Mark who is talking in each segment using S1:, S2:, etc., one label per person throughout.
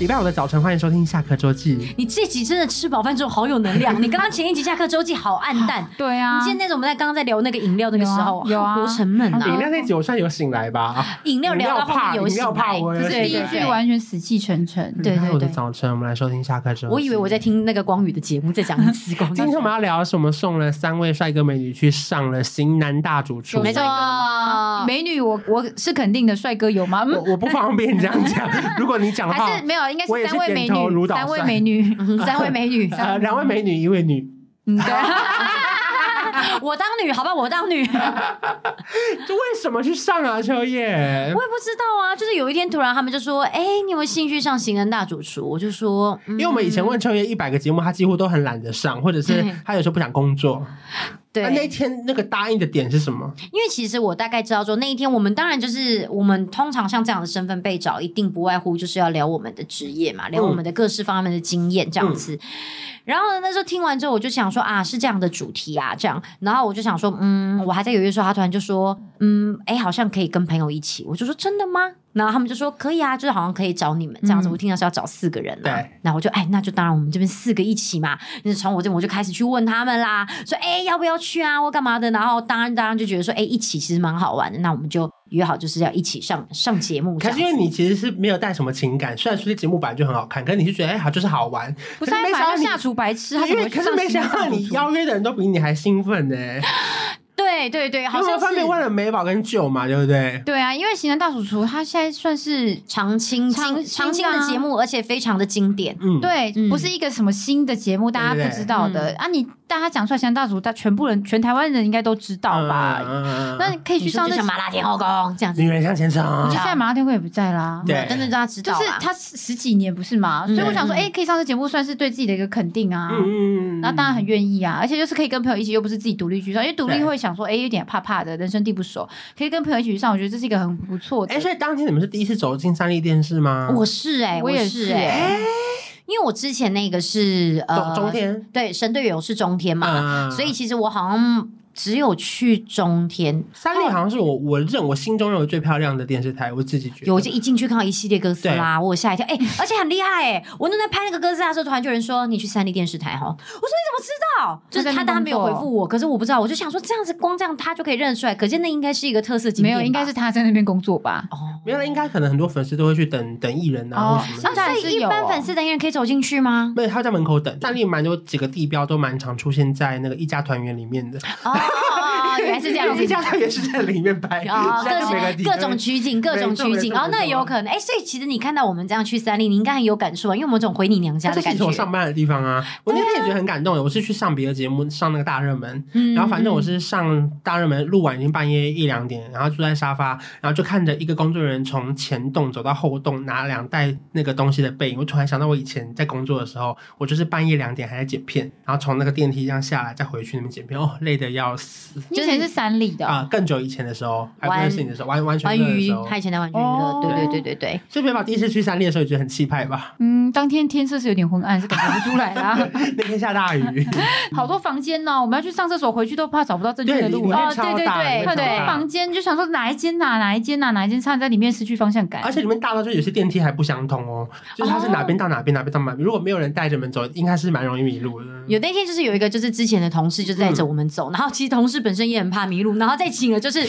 S1: 礼拜五的早晨，欢迎收听下课周记。
S2: 你这集真的吃饱饭之后好有能量。你刚刚前一集下课周记好暗淡，
S3: 对啊，
S2: 你记得那种我们在刚刚在聊那个饮料那个时候，
S3: 有啊
S2: 好多沉闷
S1: 饮
S2: 啊。
S1: 料那集我算有醒来吧？啊
S2: 饮料聊到后面有
S1: 饮
S2: 醒
S1: 料怕
S2: 来，
S1: 饮料怕我有
S2: 这是第
S3: 第一
S2: 一
S3: 句
S2: 句
S3: 完全死气沉沉。
S2: 对
S1: 礼拜五的
S2: 对
S1: 早晨，我们来收听下课周记。
S2: 我以为我在听那个光宇的节目，在讲一次光宇。
S1: 今天我们要聊什么？送了三位帅哥美女去上了型男大主厨。
S2: 没错，
S3: 美女我，我是肯定的，帅哥有吗？嗯，
S1: 啊我我不方便这样 讲。如果你讲的话，
S3: 还是没有，应该
S1: 我也
S3: 是
S1: 是
S3: 三位美
S1: 点头如
S3: 女，
S1: 捣
S3: 三位
S1: 蒜
S3: 美女，三位美女，
S1: 呃两位美女，一位女。
S3: 嗯，对，
S2: 我当女，好吧，我当女，我也不
S1: 就为什么去上啊？秋叶，
S2: 知道啊。就是有一天突然他们就说：“哎，你有没有兴趣上《行人大主厨》？”我就说：“嗯
S1: 因为我们以前问秋叶一百个节目，他几乎都很懒得上，或者是
S2: 对
S1: 他有时候不想工作。
S2: 对
S1: 那那天那个答应的点是什么？
S2: 因为其实我大概知道说那一天我们当然就是我们通常像这样的身份被找，一定不外乎就是要聊我们的职业嘛，聊我们的各式方面的经验这样子。然后呢，那时候听完之后，我就想说啊，是这样的主题啊，这样。然后我就想说，嗯，我还在犹豫的时候，他突然就说，嗯，哎，好像可以跟朋友一起。我就说真的吗？然后他们就说可以啊，就是好像可以找你们这样子。
S3: 嗯
S2: 我听到是要找四个人啊
S1: 对，
S2: 那我就哎，那就当然我们这边四个一起嘛。就是从我这边我就开始去问他们啦，说哎、要不要去啊，或干嘛的。然后当然当然就觉得说哎、一起其实蛮好玩的，那我们就约好就是要一起上上节目
S1: 可
S2: 这样
S1: 是
S2: 子。
S1: 因为你其实是没有带什么情感，虽然说这节目本来就很好看，可是你是觉得哎、好就是好玩，
S3: 不是
S1: 可
S3: 他
S1: 没
S3: 本
S1: 想
S3: 来
S1: 到
S3: 就
S1: 你
S3: 下厨白痴，他怎
S1: 因
S3: 么
S1: 为
S3: 会
S1: 可是
S3: 上
S1: 没
S3: 新
S1: 想
S3: 大
S1: 到
S3: 主
S1: 你
S3: 厨
S1: 邀约的人都比你还兴奋呢、
S2: 对对对，
S1: 因
S2: 好
S1: 为我
S2: 像
S1: 们
S2: 是
S1: 分别问了美宝跟舅嘛，对不对？
S3: 对啊，因为《型男大主厨》他现在算是
S1: 嗯
S2: 常青
S3: 常
S2: 经常青
S3: 青啊
S2: 的节目，而且非常的经典。
S1: 嗯，
S3: 对，
S2: 嗯
S3: 不是一个什么新的节目，大
S1: 对对
S3: 家不知道的
S2: 嗯
S3: 啊。你大家讲出来《型男大主厨》，大全部人全台湾人应该都知道吧？
S1: 嗯嗯嗯
S3: 那
S1: 嗯
S3: 你可以去
S2: 你说
S3: 上
S2: 就
S3: 那
S2: 像麻辣天后宫这样子
S1: 女，人向前冲，
S3: 你就现在马上天会也不在啦。
S1: 对
S2: 真的让他知
S3: 就
S2: 道
S3: 是
S2: 啊
S3: 他十十几年不是嘛，所以我想说，
S2: 嗯
S3: 哎、可以上这节目算是对自己的一个肯定啊。
S1: 嗯嗯
S3: 然后当然很愿意啊，而且就是可以跟朋友一起，又不是自己独立去上，因为独立
S1: 对
S3: 会想说，哎、有点怕怕的，人生地不熟，可以跟朋友一起去上，我觉得这是一个很不错的。
S1: 哎、所以当天你们是第一次走进三立电视吗？
S2: 我是哎、
S3: 我
S2: 我
S3: 也
S2: 是
S3: 是
S2: 哎、
S3: 哎
S2: 因为我之前那个是呃
S1: 中中天
S2: 对神队友是中天嘛，
S1: 啊
S2: 所以其实我好像只有去中天，
S1: 三立好像是我我认我心中认为最漂亮的电视台，我自己觉得
S2: 有我就一进去看到一系列哥斯拉，我有吓一跳，哎、而且很厉害哎、我那在拍那个哥斯拉的时候，突然就有人说你去三立电视台哈，我说你怎么知道？就
S3: 他
S2: 是
S3: 在
S2: 他
S3: 那边
S2: 但他没有回
S3: 工
S2: 复
S3: 作
S2: 我，可是我不知道，我就想说这样子光这样他就可以认出来，可见那应该是一个特色景
S3: 没
S2: 点吧，
S3: 有，应该是他在那边工作吧？
S2: 哦。
S1: 没有了，应该可能很多粉丝都会去等等艺人啊，
S3: 哦
S1: 或什么的。
S2: 那
S3: 现在
S2: 所以
S3: 是
S2: 一
S3: 有
S2: 般
S3: 哦
S2: 粉丝等一人可以走进去吗？
S1: 没有，他在门口等。三立蛮多几个地标都蛮常出现在那个一家团圆里面的，
S2: 哦，原来是这 样子
S1: 一。家团圆是在里面拍，
S2: 哦，
S1: 现在就每个
S2: 各
S1: 地
S2: 种
S1: 标
S2: 各种取景，各种取
S1: 没
S2: 景，
S1: 错没
S2: 哦，
S1: 错
S2: 那有可能，哎，所以其实你看到我们这样去三立，你应该很有感触啊，因为我们有种回你娘家
S1: 它就
S2: 的
S1: 是
S2: 感
S1: 一
S2: 觉
S1: 种。上班的地方啊！我那天也觉得很感动耶。我是去上别的节目，上那个大热门，
S2: 嗯
S1: 然后反正我是上大热门，录完已经半夜一两点，然后坐在沙发，然后就看着一个工作人员从前栋走到后栋，拿两袋那个东西的背影。我突然想到，我以前在工作的时候，我就是半夜两点还在剪片，然后从那个电梯这样下来，再回去那边剪片，哦，累得要死
S3: 你以前是三立的哦、
S1: 啊！更久以前的时候，还不认识你的时候，完完全
S2: 玩
S1: 不认识的
S2: 娱
S1: 时候，
S2: 他以前在玩娱乐，
S3: 哦
S2: 对对对对对。
S1: 所以别把第一次去三立的时候，也觉得很气派 吧？
S3: 嗯，当天天色是有点昏暗，是感觉不出来啦。
S1: 那天下大雨，
S3: 好多房间呢、我们要去上厕所，回去都怕找不到正确
S1: 对，
S3: 的
S1: 里
S3: 路
S1: 面
S3: 啊了。
S2: 哦
S1: 超
S2: 对对
S1: 大，
S2: 对
S1: 里面超
S3: 很多
S1: 大
S3: 房间就想说哪一间哪、哪一间哪、哪一间，差点在里面失去方向感。
S1: 而且里面大到就有些电梯还不相通哦，就是它是哪边到哪边，哪边到哪边。如果没有人带着你们走，应该是蛮容易迷路的。
S2: 有那天就是有一个就是之前的同事就带着我们走，然后其实同事本身也很怕迷路，然后再请了就是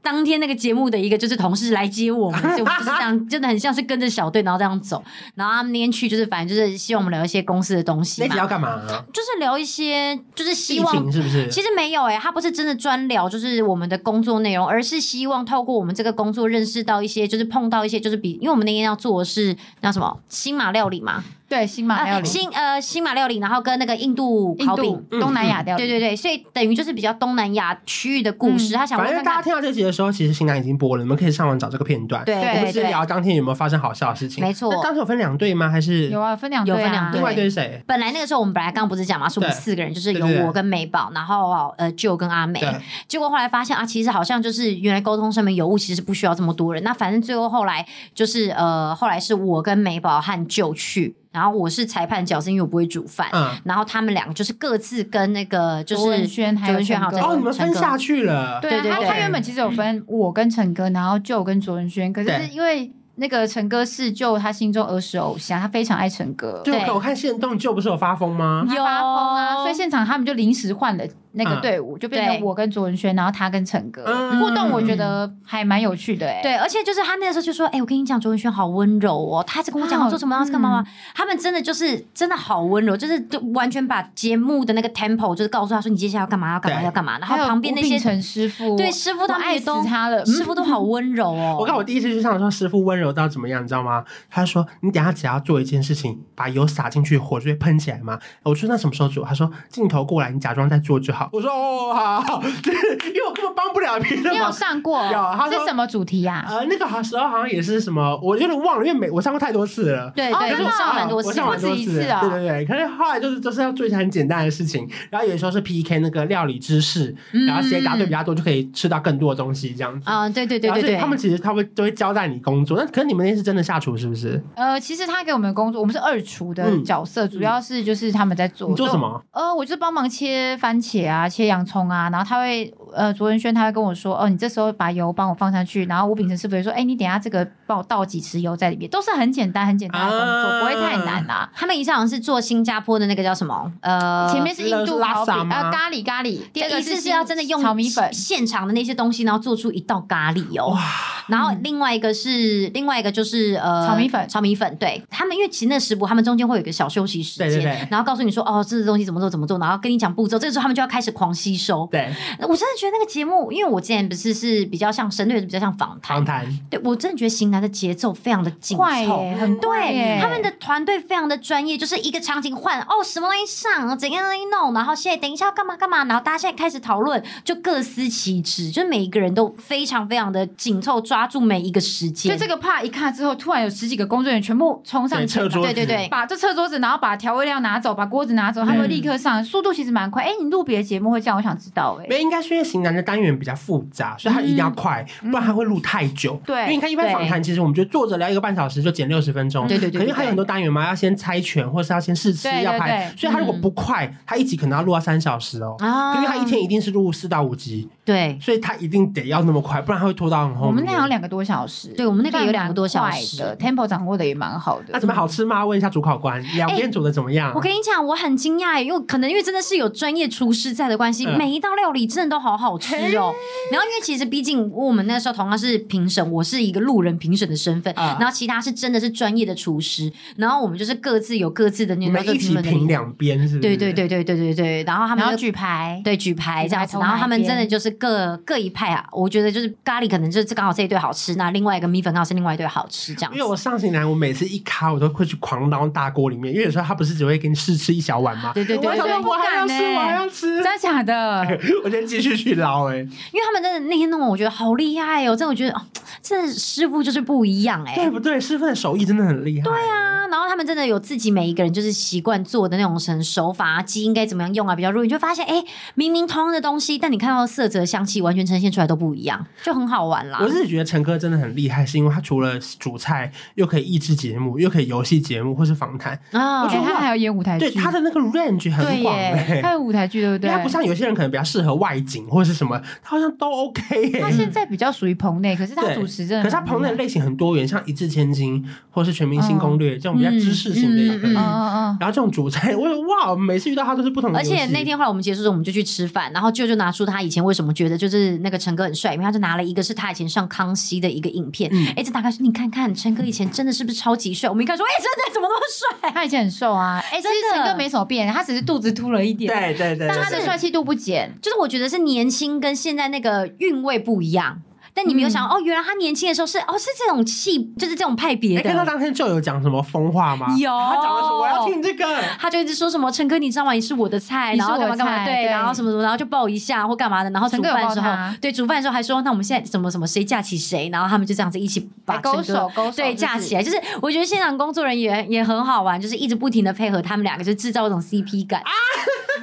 S2: 当天那个节目的一个就是同事来接我们，所以我们就是这 样，真的很像是跟着小队然后这样走。然后他们那天去就是反正就是希望我们聊一些公司的东西
S1: 那集要
S2: 嘛，
S1: 干嘛啊？
S2: 就是聊一些就是希
S1: 疫
S2: 望
S1: 情是不是？
S2: 其实没有哎、他不是真的专聊，就是我们的工作内容，而是希望透过我们这个工作认识到一些，就是碰到一些，就是比，因为我们那天要做的是那什么新马料理嘛，
S3: 对，新马
S1: 啊
S3: 料
S2: 呃，
S3: 理、
S2: 新呃新马料理，然后跟那个印度
S3: 印
S2: 烤
S3: 度
S2: 饼，、
S1: 嗯
S3: 东南亚料理，
S2: 对对对，所以等于就是比较东南亚区域的故事。
S3: 嗯
S2: 他想
S1: 反
S2: 问
S1: 正
S2: 看
S1: 大家
S2: 看，
S1: 听到这集的时候，其实新南已经播了，你们可以上网找这个片段。
S2: 对
S1: 我们
S2: 对
S1: 只是
S2: 对，
S1: 聊当天有没有发生好笑的事情。
S2: 没错
S1: 那当时有分两队吗？还是
S3: 有啊，分两
S2: 有
S3: 队
S2: 分
S3: 啊
S2: 两
S1: 另
S2: 队
S1: 外一队是谁？
S2: 本来那个时候我们本来刚刚不是讲嘛，是我们
S1: 对
S2: 四个人，就是有
S1: 对对对
S2: 我跟美宝，然后呃舅跟阿美
S1: 对，，
S2: 结果后来发现啊，其实好像就是原来沟通上面有误，其实不需要这么多人。那反正最后后来就是呃，后来是我跟美宝和舅去，然后我是裁判角色，因为我不会煮饭，
S1: 嗯，
S2: 然后他们两个就是各自跟那个就
S3: 卓文
S2: 是
S3: 萱还有
S2: 卓文萱
S3: 陈
S2: 还有
S3: 哥
S2: 陈
S1: 哦，你们分
S2: 陈哥
S1: 下去了。
S3: 对
S2: 对
S3: 啊，
S2: 对
S3: 他他
S2: 对嗯
S3: 原本其实有分我跟陈哥，然后舅跟卓文萱，可
S1: 对
S3: 是因为那个陈哥是舅他心中儿时偶像，他非常爱陈哥，
S1: 就
S2: 对
S1: 我看现动就不是有发疯吗？
S3: 他发疯啊，
S2: 有
S3: 所以现场他们就临时换了那个
S1: 嗯
S3: 队伍，就变成
S2: 对
S3: 我跟卓文萱，然后他跟陈哥、
S1: 嗯
S3: 互动，我觉得还蛮有趣的、欸，
S2: 对，而且就是他那个时候就说：“哎、我跟你讲，卓文萱好温柔哦，他在跟我讲
S3: 哦
S2: 要做什么，要是干嘛吗？”他们真的就是真的好温柔，就是就完全把节目的那个 tempo 就是告诉他说：“你接下来要干嘛，要干嘛，
S1: 对
S2: 要干嘛。”然后
S3: 还有
S2: 旁边那
S3: 吴秉
S2: 些
S3: 承师傅，
S2: 对师傅
S3: 我
S2: 他们
S3: 爱
S2: 也
S3: 死
S2: 都
S3: 他了，
S2: 师
S3: 嗯
S2: 傅都好温柔哦。
S1: 我看我第一次去上的时候，师傅温柔到怎么样，你知道吗？他说：“你等一下只要做一件事情，把油撒进去，火就会喷起来嘛。”我说：“那什么时候做？”他说：“镜头过来，你假装在做就好。”我说：“哦，好好。” 因为我根本帮不了别人
S3: 你有
S1: 嘛。
S3: 上过？
S1: 有他说
S3: 是什么主题啊呀、
S1: 呃，那个好时候好像也是什么，我有点忘了，因为每我上过太多次了。
S2: 对
S3: 哦
S2: 对，
S3: 真
S2: 你
S3: 的
S2: 上蛮多
S1: 我
S2: 次
S1: 上
S3: 不
S1: 蛮
S2: 的，
S1: 多
S3: 完止一
S1: 次
S3: 次啊
S1: 对对对。可是后来就是就是要做一些很简单的事情，然后有时候是 PK 那个料理知识，然后谁答对比较多就可以吃到更多的东西这样子。
S2: 啊、对对对
S1: 然后
S2: 对
S1: 所以
S2: 对，
S1: 他们其实他会都会交代你工作，那可是你们那是真的下厨是不是？
S3: 呃，其实他给我们的工作，我们是二厨的
S1: 嗯
S3: 角色，主要是就是他们在做。
S1: 你做
S3: 所以
S1: 什么？
S3: 呃，我就是帮忙切番茄啊，切洋葱啊，然后他会呃，卓文萱他会跟我说，哦，你这时候把油帮我放上去，然后吴秉承师傅也说，哎，你等一下这个帮我倒几匙油在里面，都是很简单很简单的工作，
S1: 啊
S3: 不会太难啦、
S2: 他们一上好像是做新加坡的那个叫什么？呃，
S3: 前面是印度
S1: 啊拉
S3: 烤饼，
S1: 萨吗
S3: 呃，咖喱咖喱，第二
S2: 意
S3: 个
S2: 思是
S3: 新
S2: 要真的用
S3: 炒米粉，
S2: 现场的那些东西，然后做出一道咖喱哦。
S1: 哇
S2: 然后另外一个是另外一个就是呃
S3: 炒米粉
S2: 炒米粉对他们，因为其实那食谱他们中间会有一个小休息时间，
S1: 对对对
S2: 然后告诉你说哦这个东西怎么做怎么做，然后跟你讲步骤，这个时候他们就要开始狂吸收。
S1: 对，
S2: 我真的觉得那个节目，因为我之前不是是比较像神队，比较像访谈，
S1: 长谈
S2: 对我真的觉得型男的节奏非常的紧
S3: 快
S2: 凑。
S3: 耶，很快
S2: 对
S3: 耶，
S2: 他们的团队非常的专业，就是一个场景换哦，什么东西上，怎样东西弄，然后现在等一下要干嘛干嘛，然后大家现在开始讨论，就各司其职，就每一个人都非常非常的紧凑，抓住每一个时间。
S3: 就这个怕一看之后，突然有十几个工作人员全部冲上
S1: 对
S3: 前
S1: 撤
S3: 来
S1: 桌子，
S2: 对对对
S3: 把这撤桌子，然后把调味料拿走，把锅子拿走，他们会立刻上，速度其实蛮快。哎、你录别的节目会这样，我想知道哎、
S1: 没有应该是因为型男的单元比较复杂，所以他一定要快，不然他会录太久。
S3: 对
S1: 因为你看一般
S2: 对
S1: 访谈，其实我们觉得坐着聊一个半小时就减六十分钟，
S2: 对对对对
S1: 可是还有很多单元嘛，要先猜拳，或是要先试吃，
S3: 对对
S1: 要拍，
S3: 对
S1: 所以他如果不快，他一集可能要录到三小时哦。
S2: 啊
S1: 因为他一天一定是录四到五集，
S2: 对
S1: 所以他一定得要那么快，不然他会拖到很后面。
S3: 我们那好像两个多小时，
S2: 对我们那个有两个多小时
S3: 算蛮快的，tempo 掌握的也蛮好的。
S1: 那怎啊么？好吃吗？问一下主考官，两边煮的怎么样？
S2: 我跟你讲，我很惊讶耶，因为可能因为真的是有专业厨师在的关系，
S1: 嗯
S2: 每一道料理真的都好好吃哦。然后因为其实毕竟我们那时候同样是评审，我是一个路人评审的身份，
S1: 啊
S2: 然后其他是真的是专业的厨师，然后我们就是各自有各自的
S1: 你
S2: 那
S1: 们
S2: 个
S1: 一
S2: 评
S1: 起
S2: 论的
S1: 评
S2: 理，
S1: 两边是不是？
S2: 对对。对对对对对，然后他
S3: 然后
S2: 们就。
S3: 举牌，
S2: 对，举牌这样子，
S3: 举牌投
S2: 然后
S3: 哪
S2: 他们
S3: 一边
S2: 真的就是各各一派啊。我觉得就是咖喱可能就是刚好这一对好吃，那另外一个米粉刚好是另外一对好吃这样
S1: 因
S2: 子
S1: 为。我上型男，我每次一卡我都会去狂捞大锅里面，因为有时候他不是只会给你试吃一小碗吗？
S2: 对对对
S1: 我想
S3: 对
S1: 说
S3: 对
S1: 我还要吃，
S3: 我不敢欸
S1: 我还要吃，
S3: 真的假的？
S1: 我先继续去捞哎、
S2: 因为他们真的那天弄完，我觉得好厉害哦！真的，我觉得哦，真的师傅就是不一样哎、
S1: 对不对？师傅的手艺真的很厉害。对啊，
S2: 啊，然后他们真的有自己每一个人就是习惯做的那种神手法啊，鸡应该怎么样用啊，比较弱，你就发现哎、明明同样的东西，但你看到的色泽、香气完全呈现出来都不一样，就很好玩啦
S1: 我。是觉得陈哥真的很厉害，是因为他除了煮菜，又可以益智节目，又可以游戏节目或是访谈，
S2: 啊
S1: 我觉
S3: 哎
S1: 得
S3: 他还有演舞台
S1: 对
S3: 剧，
S1: 他的那个 range
S3: 对
S1: 很广哎、
S3: 耶，他有舞台剧，对不
S1: 对
S3: 对？
S1: 他不像有些人可能比较适合外景或是什么，他好像都 OK 哎、
S3: 他现在比较属于棚内，可是他
S1: 对
S3: 主持真的，
S2: 啊
S1: 可是他棚内，类型很多元，像《一掷千金》或是《全明星攻略》这种比较知识型的也可以。
S2: 嗯
S3: 嗯嗯嗯，
S1: 然后这种主菜， 我哇，每次遇到他都是不同的
S2: 而
S1: 游戏。
S2: 且那天后来我们结束之后，我们就去吃饭，然后舅舅拿出他以前为什么觉得就是那个陈哥很帅，因为他就拿了一个是他以前上康熙的一个影片，
S1: 嗯
S2: 哎、这打开说你看看陈哥以前真的是不是超级帅？我们一看说，哎、真的怎么那么帅？
S3: 他以前很瘦啊，哎，其实
S2: 真的
S3: 陈哥没什么变，他只是肚子凸了一点，
S1: 对对对，哎
S3: 但他
S1: 对
S3: 的帅气度不减。
S2: 就是我觉得是年轻跟现在那个韵味不一样。但你没有
S1: 嗯
S2: 想到、哦，原来他年轻的时候是哦是这种气，就是这种派别
S1: 哎，
S2: 的。
S1: 看他当天就有讲什么疯话吗？
S2: 有
S1: 他讲的是我要听这个，
S2: 他就一直说什么陈哥，你知道吗？你是我的菜，
S3: 你
S2: 然
S3: 是
S2: 后
S3: 我的
S2: 干嘛干嘛，
S3: 菜
S2: 对，
S3: 对
S2: 然后什么什么，然后就抱一下或干嘛的，然后
S3: 陈
S2: 煮
S3: 哥有
S2: 饭的
S3: 抱
S2: 时候
S3: 他，
S2: 对，煮饭的时候还说，那我们现在怎么什么谁架起谁，然后他们就这样子一起把
S3: 还哎
S2: 陈
S3: 勾
S2: 哥
S3: 手勾手，
S2: 对，
S3: 就是
S2: 架起来，就是我觉得现场工作人员也很好玩，就是一直不停的配合他们两个，就制造一种 CP 感，
S3: 啊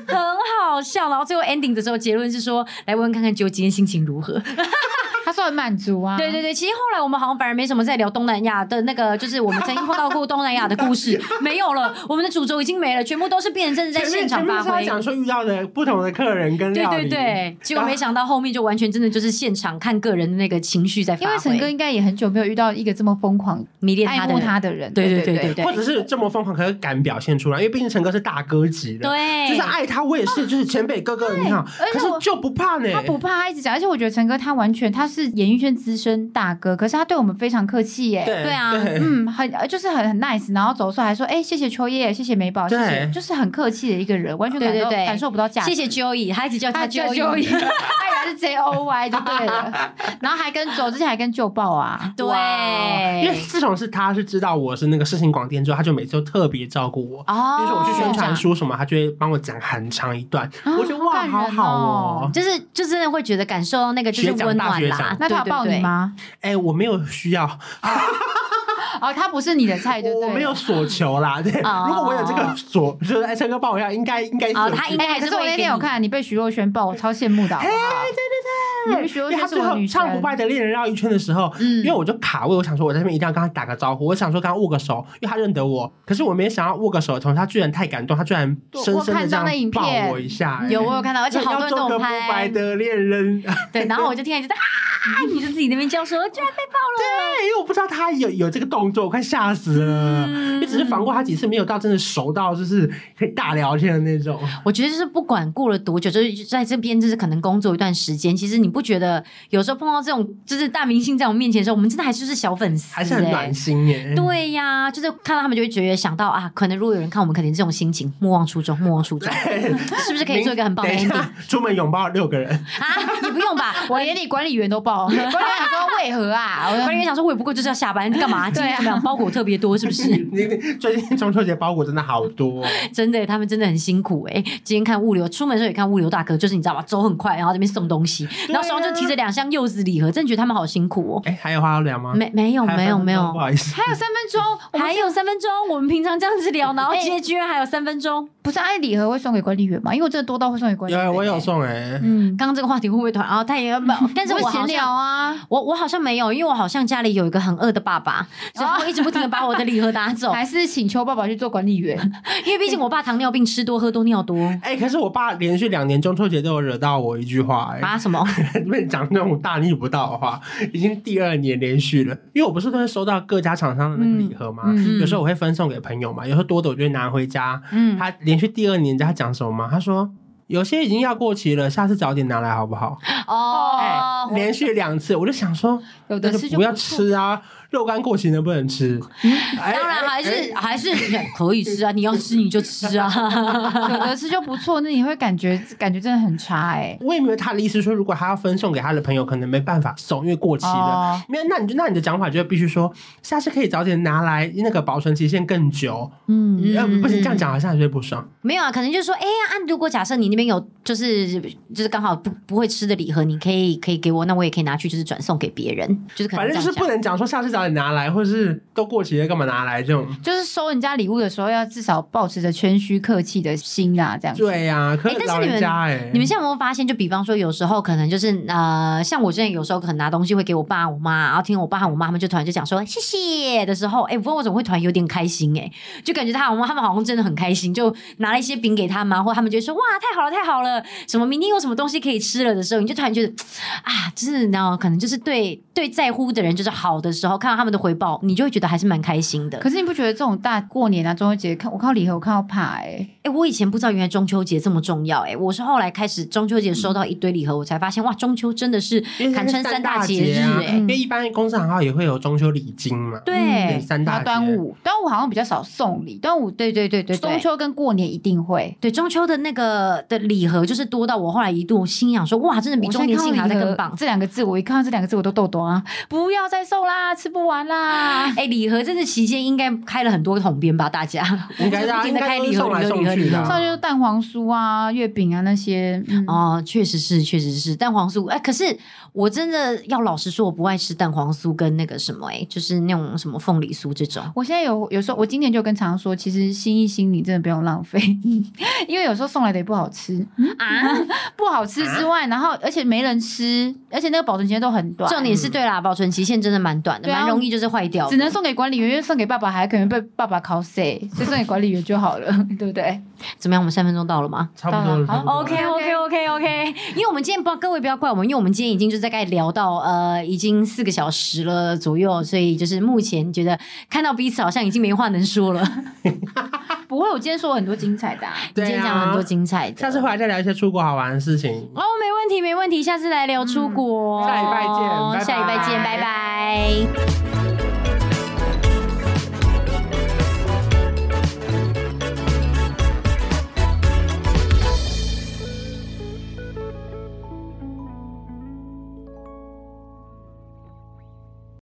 S2: 很好笑。然后最后 ending 的时候，结论是说，来问看看九今天心情如何。
S3: 他说很满足啊，
S2: 对对对，其实后来我们好像反而没什么在聊东南亚的那个，就是我们曾经碰到过东南亚的故 事，没有了，我们的主轴已经没了，全部都是变成真的在
S1: 前
S2: 现
S1: 面
S2: 场
S1: 前面
S2: 发
S1: 是他
S2: 挥。
S1: 讲说遇到的不同的客人跟
S2: 对
S1: 料
S2: 对
S1: 理，
S2: 对，结果没想到后面就完全真的就是现场看个人的那个情绪在发
S3: 因
S2: 挥，
S3: 为陈哥应该也很久没有遇到一个这么疯狂
S2: 迷恋
S3: 爱
S2: 的
S3: 慕
S2: 人，
S3: 他的人，
S2: 对对
S3: 对
S2: 对对
S1: 或者是这么疯狂，可是敢表现出来，因为毕竟陈哥是大哥级的，
S2: 对，
S1: 就是爱他，我也是，就是前辈哥哥你好，
S3: 而
S1: 可
S3: 且
S1: 是
S3: 我
S1: 就不怕呢，
S3: 他不怕，他一直讲，而且我觉得陈哥他完全他是演艺圈资深大哥，可是他对我们非常客气耶。
S1: 对
S2: 对啊
S3: 嗯，很呃就是很很 nice，然后走的时候还说，哎、谢谢秋叶，谢谢美宝，谢谢，
S1: 对
S3: 就是很客气的一个人，完全
S2: 对
S3: 感受
S2: 对对
S3: 感受不到价值。
S2: 谢谢 Joey，他一直叫
S3: 他
S2: 他
S3: 叫秋叶，
S2: Joey，
S3: 他原来是 J O Y 就对了， 然后还跟走之前还跟旧报啊，
S2: 对
S1: 哇因为自从是他是知道我是那个世新广电之后，他就每次都特别照顾我。
S3: 哦
S1: 比如说我去宣传书什么，他就会帮我讲很长一段，
S3: 啊
S1: 我觉得哇，好
S3: 好感人
S1: 好
S3: 哦
S1: 哦。
S2: 就是就真的会觉得感受到那个就是
S1: 学长
S2: 温
S1: 大
S2: 暖
S1: 学
S2: 啦
S1: 长。
S3: 那他
S2: 对
S3: 有
S2: 对
S3: 抱你
S2: 对
S3: 吗？
S1: 哎，我没有需要，
S3: 哦，他不是你的菜，对不对
S1: 我
S3: 了？
S1: 没有所求啦。 对，
S2: 哦
S1: 如果我有这个所，就是哎，陈哥帮我一下，应该应该是
S2: 哦
S1: 有
S2: 他
S1: 这
S2: 应
S1: 个
S2: 该还
S3: 可
S2: 是
S3: 是我
S2: 会
S3: 那
S2: 给
S3: 天有
S2: 你。
S3: 看你被徐若瑄抱，我超羡慕的好不好。你被徐
S1: 因
S3: 若
S1: 为他
S3: 瑄是
S1: 最
S3: 我的
S1: 后
S3: 女神
S1: 唱《不败的恋人》绕一圈的时候，
S2: 嗯
S1: 因为我就卡位，我想说我在那边一定要跟他打个招呼，我想说跟他握个手，因为他认得我。可是我没想到握个手的同时，他居然太感动，他居然深深的这
S3: 我看到那
S1: 样
S3: 影片
S1: 抱我一下。哎
S2: 有我有看到，而且好多人都
S1: 要做
S2: 有
S1: 个不
S2: 拍
S1: 白，的恋 人，
S2: 对，然后我就听见就在啊，你就自己那边叫说，居然被
S1: 哎，因为我不知道他有有这个动作，我快吓死了。
S2: 嗯
S1: 因为只是防过他几次，没有到真的熟到就是可以大聊天的那种。
S2: 我觉得就是不管过了多久，就是在这边就是可能工作一段时间，其实你不觉得有时候碰到这种就是大明星在我们面前的时候，我们真的还是就是小粉丝、欸，
S1: 还是很暖心耶。
S2: 对呀，就是看到他们就会觉得想到啊，可能如果有人看我们，肯定这种心情，莫忘初衷，莫忘初衷，是不是可以做一个很棒的
S1: 等一
S2: ending
S1: 下
S2: 啊？，
S1: 出门拥抱六个 人，
S2: 也不用吧，
S3: 我连你管理员都抱， 管理员想说为何啊？我
S2: 管理员想说，我也不过就是要下班，干嘛？
S1: 啊
S2: 今天怎么样？包裹特别多，是不是？
S1: 你你最近中秋节包裹真的好多哦、
S2: 真的，他们真的很辛苦哎、今天看物流，出门的时候也看物流大哥，就是你知道吧，走很快，然后这边送东西，
S1: 啊
S2: 然后手上就提着两箱柚子礼盒，真的觉得他们好辛苦哦、
S1: 哎、还有话要聊吗？
S2: 没没有
S1: 还
S2: 没
S1: 三
S2: 有
S1: 分
S2: 没
S1: 钟啊
S2: 有
S1: 不，好意思。
S3: 还有三分钟，我们
S2: 还有三分钟，我们平常这样子 聊，然后
S3: 哎
S2: 今天居然还有三分钟。
S3: 不是按礼盒会送给管理员吗？因为我真的多到会送给管理
S1: 有
S3: 员。欸
S1: 我有。送哎、
S3: 嗯，
S2: 刚刚这个话题会不会突然？哦，他 也没有，但是
S3: 会
S2: 我好
S3: 闲聊
S2: 像。
S3: 啊，
S2: 我我好像没有，因为我好像家里有一个很饿的爸 爸，所以他会一直不停的把我的礼盒拿走，
S3: 还是请求爸爸去做管理员。
S2: 因为毕竟我爸糖尿病，吃多喝多尿多
S1: 哎、可是我爸连续两年中秋节都有惹到我一句话、哎、
S2: 啊什 么？
S1: 被讲那种大逆不道的话，已经第二年连续了。因为我不是都会收到各家厂商的那个礼盒吗？
S3: 嗯
S1: 有时候我会分送给朋友嘛，有时候多的我就会拿回家。
S3: 嗯，
S1: 他连续第二年，你知道他讲什么吗？他说有些已经要过期了，下次早点拿来好不好？
S2: 哦，
S1: 连续两次，我就想说，那
S3: 有的吃
S1: 就
S3: 就
S1: 不要
S3: 错。嗯
S1: 吃啊，肉干过期能不能吃？哎
S2: 当然还
S1: 哎
S2: 是还是 可以吃啊，你要吃你就 吃啊。
S3: 有的吃就不错，那你会感觉感觉真的很差哎、
S1: 我也没有他的意思说，如果他要分送给他的朋友，可能没办法送，因为过期了。
S3: 哦，
S1: 没有，那你就那你的讲法就必须说，下次可以早点拿来，那个保存期限更久。
S3: 嗯，
S1: 呃，不行，
S2: 嗯
S1: 这样讲好像还是会不爽。
S2: 没有啊，可能就是说，哎呀，啊如果假设你那边有就是就是刚好不不会吃的礼盒，你可以可以给我，那我也可以拿去就是转送给别人，就是可能
S1: 反
S2: 这
S1: 正
S2: 样
S1: 就是
S2: 讲。
S1: 不能讲说下次早点拿来，或者是都过期了干嘛拿来这种。
S2: 嗯
S3: 就是收人家礼物的时候，要至少保持着谦虚客气的心啊，这样子。
S1: 对呀、可
S2: 哎但是
S1: 老
S2: 你们
S1: 人家哎、
S2: 你们现在有没有发现？就比方说，有时候可能就是呃，像我之前有时候可能拿东西会给我爸我妈，然后听我爸和我妈他们就突然就讲说谢谢的时候，哎、不过我怎么会突然有点开心、哎，就感觉他我妈他们好像真的很开心，就拿了一些饼给他们啊，或他们就会说哇太好了太好了，什么明天有什么东西可以吃了的时候，你就突然觉得啊，就是然后可能就是对对在乎的人就是好的时候，看到他们的回报，你就会觉得还是蛮开心的。
S3: 可是你不觉得这种大过年啊、中秋节看我看到礼盒，我看到怕哎、
S2: 哎、我以前不知道原来中秋节这么重要、哎，我是后来开始中秋节收到一堆礼盒，我才发现哇，中秋真的是
S1: 因为
S2: 堪
S1: 它是
S2: 称
S1: 三
S2: 大
S1: 节
S2: 日、
S1: 啊
S2: 哎、
S1: 因为一般公司行号也会有中秋礼金嘛。
S2: 对
S1: 对，三
S3: 嗯然
S1: 大
S3: 后
S1: 节
S3: 端午，端午我好像比较少送礼，端午
S2: 对对对对对，
S3: 中秋跟过年一定会。
S2: 对中秋的那个的礼盒就是多到我后来一度心想说，哇，真的比中年庆拿的更棒。
S3: 这两个字，我一看到这两个字我都痘痘啊！不要再送啦，吃不完啦。
S2: 哎，礼盒这次期间应该开了很多桶边吧？大家
S1: 应该大家
S2: 不停
S1: 应
S2: 的
S1: 该
S2: 开
S1: 都是
S2: 礼盒
S1: 送来
S2: 礼盒
S1: 送
S2: 礼盒
S1: 去
S2: 礼
S1: 的
S2: 盒
S1: 啊，
S3: 上 就是蛋黄酥啊、月饼啊那些。嗯
S2: 哦，确实是，确实是蛋黄酥。哎、可是我真的要老实说，我不爱吃蛋黄酥跟那个什么、哎，就是那种什么凤梨酥这种。
S3: 我现在有有时候，我今年就跟常说，其实心意心你真的不用浪费， 因为有时候送来的也不好吃，嗯
S2: 啊，
S3: 不好吃之外，然后而且没人吃，而且那个保存期间都很短，
S2: 重点是对啦，保存期限真的蛮短的，
S3: 对啊
S2: 蛮容易就是坏掉的。
S3: 只能送给管理员，因为送给爸爸还可能被爸爸考死，所以送给管理员就好了， 对不对？
S2: 怎么样？我们三分钟到了吗？
S1: 差不多了。
S3: 好
S1: 差不多了
S2: OK OK OK OK，因为我们今天不，各位不要怪我们，因为我们今天已经就是大概聊到呃，已经四个小时了左右，所以就是目前觉得看到彼此好像已经没话能 说了。
S3: 不会，我今天说了很多精彩的、啊，
S2: 今
S1: 对
S2: 天讲了
S1: 啊
S2: 很多，精彩的，
S1: 下次回来再聊一些出国好玩的事情。
S2: 哦，哦没问题没问题，下次来聊出国，
S1: 嗯下礼拜见拜拜
S2: 下礼拜见，拜拜